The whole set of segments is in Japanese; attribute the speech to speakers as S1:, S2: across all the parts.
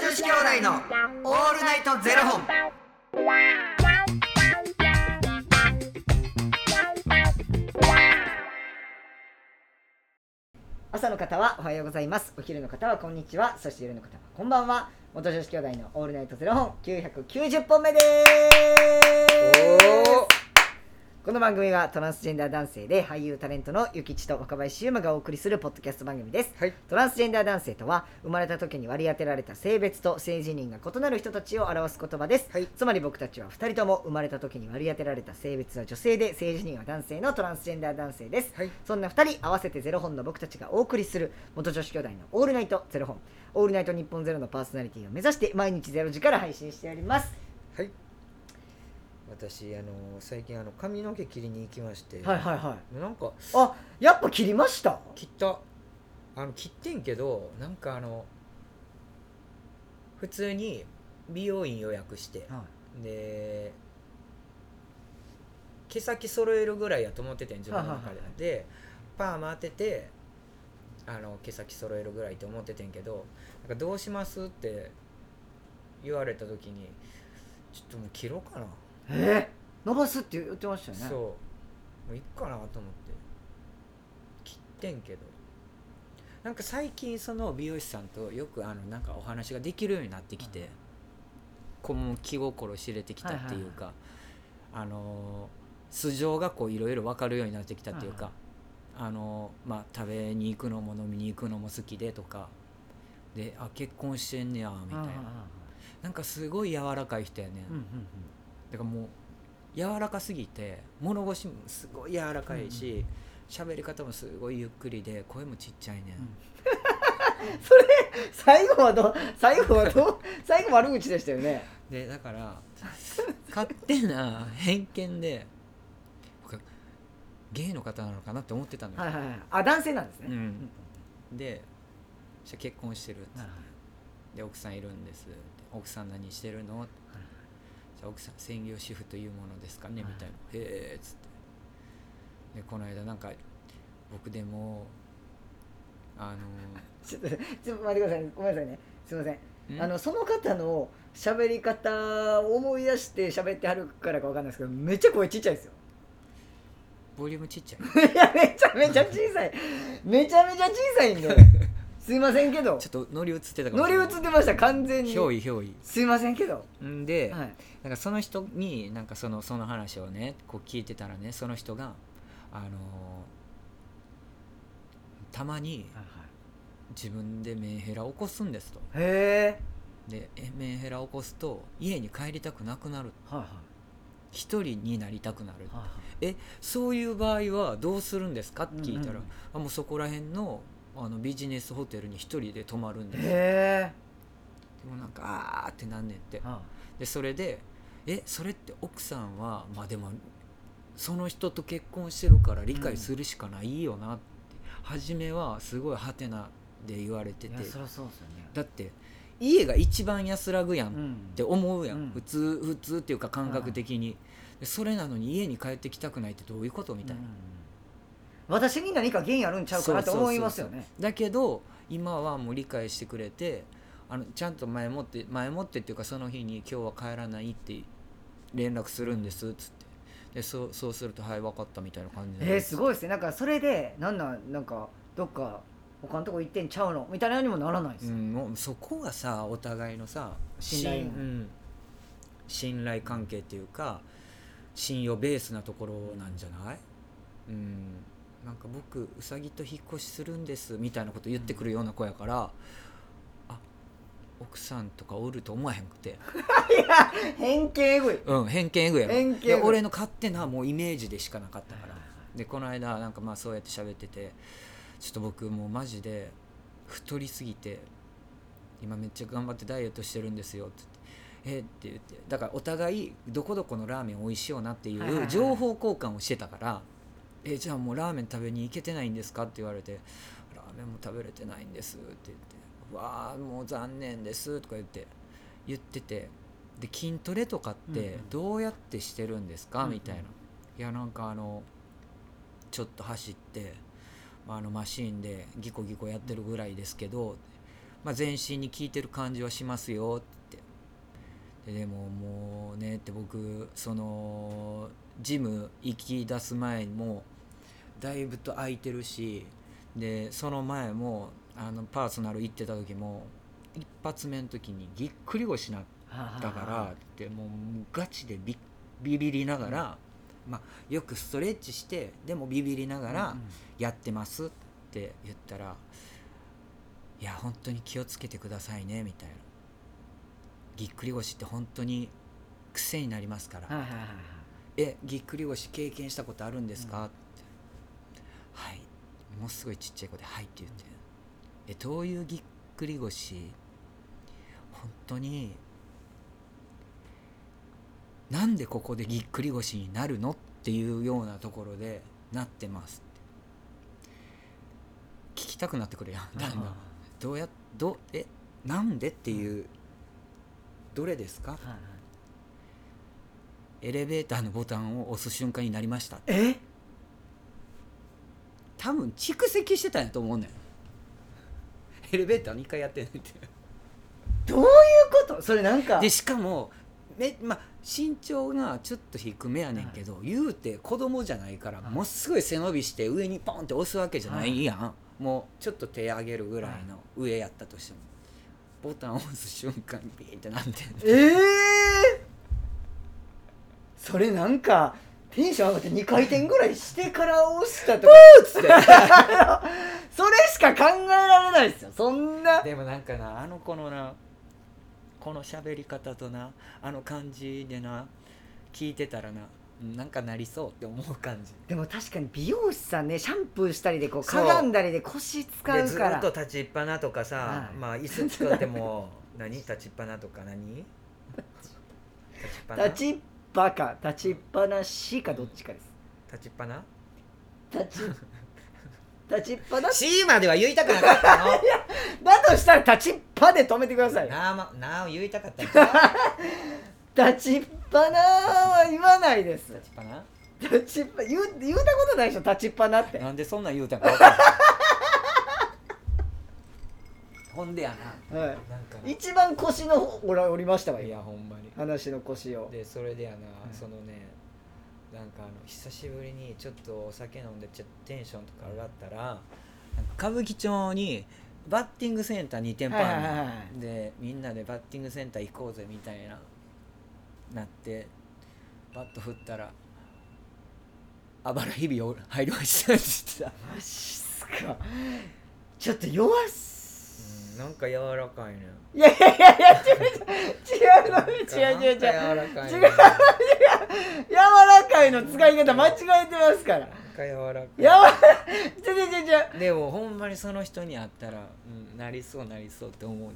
S1: 子兄弟のオールナイトゼロ本。
S2: 朝の方はおはようございますお昼の方はこんにちはそして夜の方はこんばんは元女子兄弟のオールナイトゼロ本990本目ですこの番組はトランスジェンダー男性で俳優タレントのゆきちと若林優馬がお送りするポッドキャスト番組です
S3: はい、
S2: トランスジェンダー男性とは生まれた時に割り当てられた性別と性自認が異なる人たちを表す言葉です、
S3: はい
S2: つまり僕たちは2人とも生まれた時に割り当てられた性別は女性で性自認は男性のトランスジェンダー男性です、
S3: はい
S2: そんな2人合わせてゼロ本の僕たちがお送りする元女子兄弟の「オールナイトゼロ本」「オールナイト日本ゼロのパーソナリティを目指して毎日ゼロ時から配信しております
S3: はい。私、あの、最近、あの、髪の毛切りに行きまして。
S2: はいはいはい
S3: なんか、
S2: あやっぱ切りました
S3: 切った。あの、切ってんけど、なんか、あの。普通に美容院予約して、で。毛先揃えるぐらいやと思っててん自分の中
S2: はい
S3: で
S2: はいはい
S3: でパーマ当ててあの毛先揃えるぐらいと思っててんけどなんかどうしますって言われた時にちょっともう切ろうかな
S2: えー伸ばすって言ってましたよね
S3: そうもういっかなと思って切ってんけどなんか最近その美容師さんとよくあのなんかお話ができるようになってきて、こうもう気心知れてきたっていうか、あのー素性がこういろいろ分かるようになってきたっていうか、
S2: は
S3: あのーまあ食べに行くのも飲みに行くのも好きでとかであ結婚してんねやみたいな、なんかすごい柔らかい人やね、
S2: うんうんうん
S3: だからもう柔らかすぎて物腰もすごい柔らかいし喋、り方もすごいゆっくりで声もちっちゃいね、
S2: 最後はどう最後はどう最後悪口でしたよね
S3: ん、でだから 勝手な偏見で僕はゲイの方なのかなって思ってたのよ、
S2: はいはいはいあ男性なんですね、
S3: うんでそしたら結婚してるっつって
S2: なるほ
S3: で奥さんいるんですって奥さん何してるのって
S2: はい
S3: じゃあ奥さん専業主婦というものですかねみ
S2: はい
S3: たいな「へえ」っつってでこの間なんか僕でも あ
S2: ちょっとちょっと待ってくださいごめんなさいねすいません
S3: の
S2: あのその方の喋り方を思い出して喋ってはるからかわかんないですけどめっちゃ声ちっちゃいです よ
S3: ボリュームちっち ゃい
S2: いやめちゃめちゃ小 さいめちゃめちゃ小さいんですいませんけど
S3: ちょっと乗り移ってたかも
S2: 乗
S3: し
S2: り
S3: れ
S2: 移
S3: な
S2: っ
S3: い
S2: てました完全に
S3: 憑依憑依
S2: すいませんけど、
S3: んで、
S2: はい、
S3: なんかその人になんかそのその話をねこう聞いてたらねその人があのたまに自分でメンヘラを起こすんですと
S2: へえ
S3: でえメンヘラを起こすと家に帰りたくなくなる
S2: はいは
S3: 一人になりたくなる
S2: いはい
S3: そういう場合はどうするんですかって聞いたら、
S2: うんうんうん
S3: あもうそこら辺のあのビジネスホテルに一人で泊まるんですで
S2: へえ
S3: もなんかあーってなんねんってでそれでえそれって奥さんはまあでもその人と結婚してるから理解するしかないよなって、初めはすごいハテナで言われてて
S2: りゃそうですよね
S3: だって家が一番安らぐやん
S2: うん
S3: って思うやん、
S2: うん
S3: 普通普通っていうか感覚的に、でそれなのに家に帰ってきたくないってどういうことみたいな、
S2: うん私に何か原因あるんちゃうかなと思いますよね
S3: だけど今はもう理解してくれてあのちゃんと前もって前もってっていうかその日に今日は帰らないって連絡するんですっつってでそうそうすると「はい分かった」みたいな感じ
S2: えー、すごいですねなんかそれでなんなんなんかどっか他のとこ行ってんちゃうのみたいなのにもならないです
S3: う
S2: ね、
S3: ん、もうそこがさお互いのさ
S2: 信頼
S3: 信うん信頼関係っていうか信用ベースなところなんじゃない、うん、なんか僕うさぎと引っ越しするんですみたいなこと言ってくるような子やから、あ奥さんとかおると思わへんくて、
S2: 偏見えぐい
S3: うん、偏見えぐいやろ
S2: 偏見
S3: で俺の勝手なもうイメージでしかなかったから
S2: はいは
S3: でこの間なんかまあそうやって喋っててちょっと僕もうマジで太りすぎて今めっちゃ頑張ってダイエットしてるんですよって言って。えって言ってだからお互いどこどこのラーメン美味しいよなってい
S2: はいはいは
S3: う
S2: い
S3: 情報交換をしてたから「えじゃあもうラーメン食べに行けてないんですか?」って言われて「ラーメンも食べれてないんです」って言って「わあもう残念です」とか言って言っててで筋トレとかっ
S2: うんう
S3: て
S2: ん
S3: どうやってしてるんです
S2: うん
S3: か、
S2: うん
S3: みたいな「いやなんかあのちょっと走ってあのマシーンでギコギコやってるぐらいですけど、まあまあ、全身に効いてる感じはしますよってででももうねって僕そのジム行き出す前もだいぶと空いてるしでその前もあのパーソナル行ってた時も一発目の時にぎっくり腰なだからってもうガチでビビビりながら、まあ、よくストレッチしてでもビビりながらやってますって言ったら「いや本当に気をつけてくださいね」みたいな「ぎっくり腰って本当に癖になりますから」
S2: はいはいはいはい
S3: えぎっくり腰経験したことあるんですか?」
S2: うん
S3: ってはい」もうすごいちっちゃい子で「はい」って言って「えどういうぎっくり腰本当になんでここでぎっくり腰になるの?」っていうようなところでなってますって聞きたくなってくるやんだんだんどうやどうえなんでっていう、どれですか
S2: はいはい
S3: エレベーターのボタンを押す瞬間になりました
S2: え
S3: 多分蓄積してたんやと思うねんエレベーター2回やってんねんて
S2: どういうことそれなんか
S3: でしかもめ、まあ、身長がちょっと低めやねんけど、言うて子供じゃないから、
S2: はい
S3: もうすごい背伸びして上にポンって押すわけじゃないやん、もうちょっと手上げるぐらいの上やったとしても、ボタンを押す瞬間にビーンってなってんねん
S2: ええそれなんかテンション上がって2回転ぐらいしてから押したとか
S3: つって
S2: それしか考えられないですよそんな
S3: でもなんかなあの子のなこの喋り方となあの感じでな聞いてたらなうんなんかなりそうって思う感じ
S2: でも確かに美容師さんねシャンプーしたりでこう
S3: そう
S2: かがんだりで腰使
S3: で
S2: う
S3: ず
S2: から
S3: っと立ちっぱなとかさ、
S2: はい
S3: まあ椅子使っても 何立ちっぱなとか何立ちっぱな
S2: 立ちっぱか立ちっぱなしかどっちか です
S3: 立ちっぱな
S2: 立ち立ちっぱなし
S3: C までは言いたくなかったの
S2: だとしたら立ちっぱで止めてくださいよ
S3: なあ、ま、なあ言いたかったのか
S2: 立ちっぱなは言わないです
S3: 立ちっ ぱな
S2: 立ちっぱ言う言うたことないでしょ立ちっぱなって、
S3: なんでそんなん言うたんか分からんほんでや
S2: は、
S3: ななんかない
S2: 一番腰の方俺は折りましたわ
S3: いや
S2: 今
S3: ほんまに
S2: 話の腰を
S3: でそれでやな、
S2: い
S3: そのねなんかあの久しぶりにちょっとお酒飲んでちょっとテンションとか上がったらなんか歌舞伎町にバッティングセンター2店舗あるの、
S2: はいはいはいはい
S3: でみんなでバッティングセンター行こうぜみたいななってバッと振ったら「あばら日々を入りました」って言って
S2: マ
S3: た
S2: ジっすかちょっと弱っす、
S3: うんなんか柔らかいね
S2: いやいやいやいや違う違うの違う違う違う
S3: なんか柔らかい
S2: 違
S3: ね
S2: う柔らかいの使い方間違えてますから
S3: なんか柔らかい
S2: やばい 違う違う違う
S3: でもほんまにその人に会ったら、うん、なりそうなりそうって思うね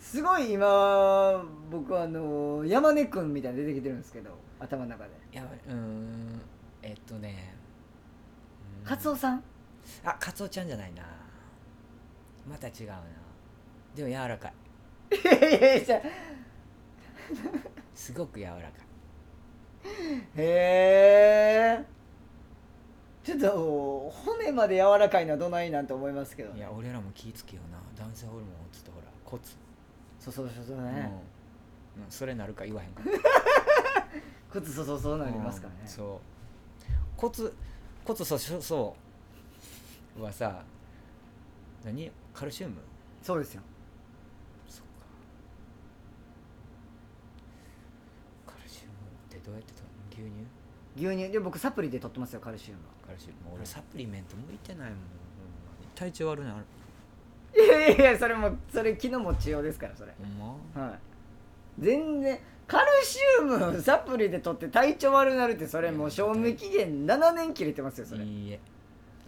S2: すごい今僕はあの山根くんみたいなの出てきてるんですけど頭の中で
S3: いやうーんえっとねうん
S2: カツオさん
S3: あカツオちゃんじゃないなまた違うなでも柔らかい
S2: いやいやいやへ
S3: すごく柔らかい
S2: えちょっと骨まで柔らかいのはどないなんて思いますけど
S3: いや俺らも気ぃつけような男性ホルモンっつってほらコツ、
S2: そうそうそうそう
S3: う
S2: ね、
S3: んうんそれなるか言わへんか
S2: こっちそうそう そうなりますからね、
S3: うんそうコツコツそうそうそうはさ何カルシウム
S2: そうですよ
S3: そっかカルシウムってどうやってとるの牛乳
S2: 牛乳で僕サプリで取ってますよカルシウムは
S3: カルシウム俺サプリメント向いてないもんほんまに体調悪いなる
S2: いやいやいやそれもそれ昨日も治療ですからそれ
S3: ほんま
S2: はい全然カルシウムサプリで取って体調悪くなるってそれもう賞味期限7年切れてますよそれ
S3: いいえ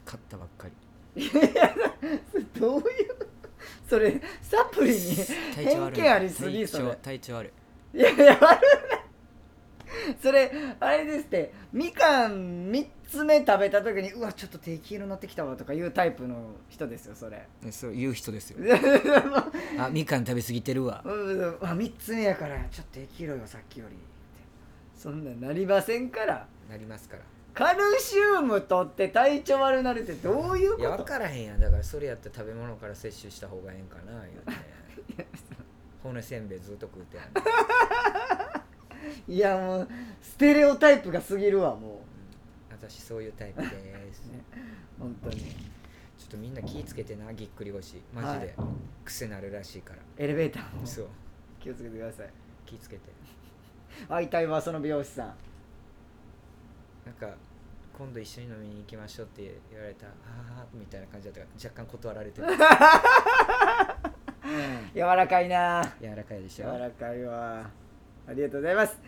S3: 買ったばっかり
S2: どういうそれサプリに偏見ありすぎ
S3: 体
S2: そ
S3: 調
S2: れ
S3: 体調悪い
S2: いやいや悪いそれあれですってみかん3つ目食べた時にうわちょっと手黄色になってきたわとかいうタイプの人ですよそれ
S3: えそう言う人ですよ
S2: う
S3: あみかん食べ過ぎてるわ
S2: んあ3つ目やからちょっと手黄色いわさっきよりってそんなんなりませんから
S3: なりますから
S2: カルシウム取って体調悪なるってどういう
S3: いや
S2: こ
S3: 分
S2: と
S3: からへんやんだからそれやったら食べ物から摂取した方がええんかな言うて骨せんべいずっと食うてんの
S2: いやもうステレオタイプが過ぎるわも
S3: 私そういうタイプです
S2: う本当に
S3: ちょっとみんな気ぃつけてなぎっくり腰マジで、癖なるらしいから
S2: エレベーターも
S3: そう
S2: 気をつけてください
S3: 気ぃつけて
S2: 会いたいわその美容師さん
S3: なんか今度一緒に飲みに行きましょうって言われたらあーみたいな感じだったから若干断ら れてる
S2: 柔らかいな
S3: 柔らかいでし
S2: 柔
S3: ょ
S2: らかいわありがとうございます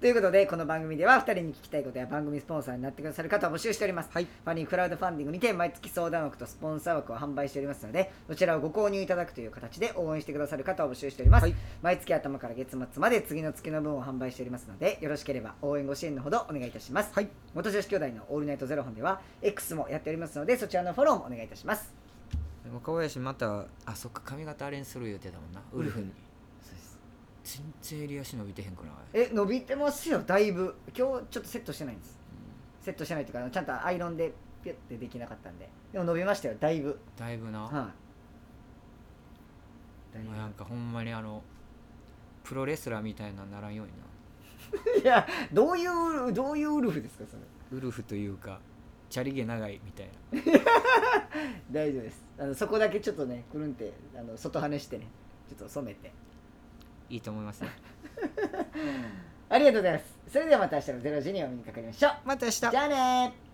S2: ということでこの番組では2人に聞きたいことや番組スポンサーになってくださる方を募集しております、
S3: はい
S2: ファニークラウドファンディングにて毎月相談枠とスポンサー枠を販売しておりますのでそちらをご購入いただくという形で応援してくださる方を募集しております、
S3: はい
S2: 毎月頭から月末まで次の月の分を販売しておりますのでよろしければ応援ご支援のほどお願いいたします、
S3: はい
S2: 元女子兄弟のオールナイトゼロ本では X もやっておりますのでそちらのフォローもお願いいたします
S3: 若林またあそっか髪型あれにする言うてたもんなウルフに全然襟足伸びてへんくない
S2: え伸びてますよだいぶ今日ちょっとセットしてないんですセットしてないというかちゃんとアイロンでピュッてできなかったんででも伸びましたよだいぶ
S3: だいぶな、
S2: はいだい
S3: もうなんかほんまにあのプロレスラーみたいなのならんようにな
S2: ぶいやどういうどういうウルフですかそれ
S3: ウルフというかチャリ毛長いみたいな
S2: 大丈夫ですあのそこだけちょっとねくるんってあの外跳ねしてねちょっと染めて
S3: いいと思いますね
S2: ありがとうございますそれではまた明日の『ゼロ時にお目にかかりましょう
S3: また明日
S2: じゃあねー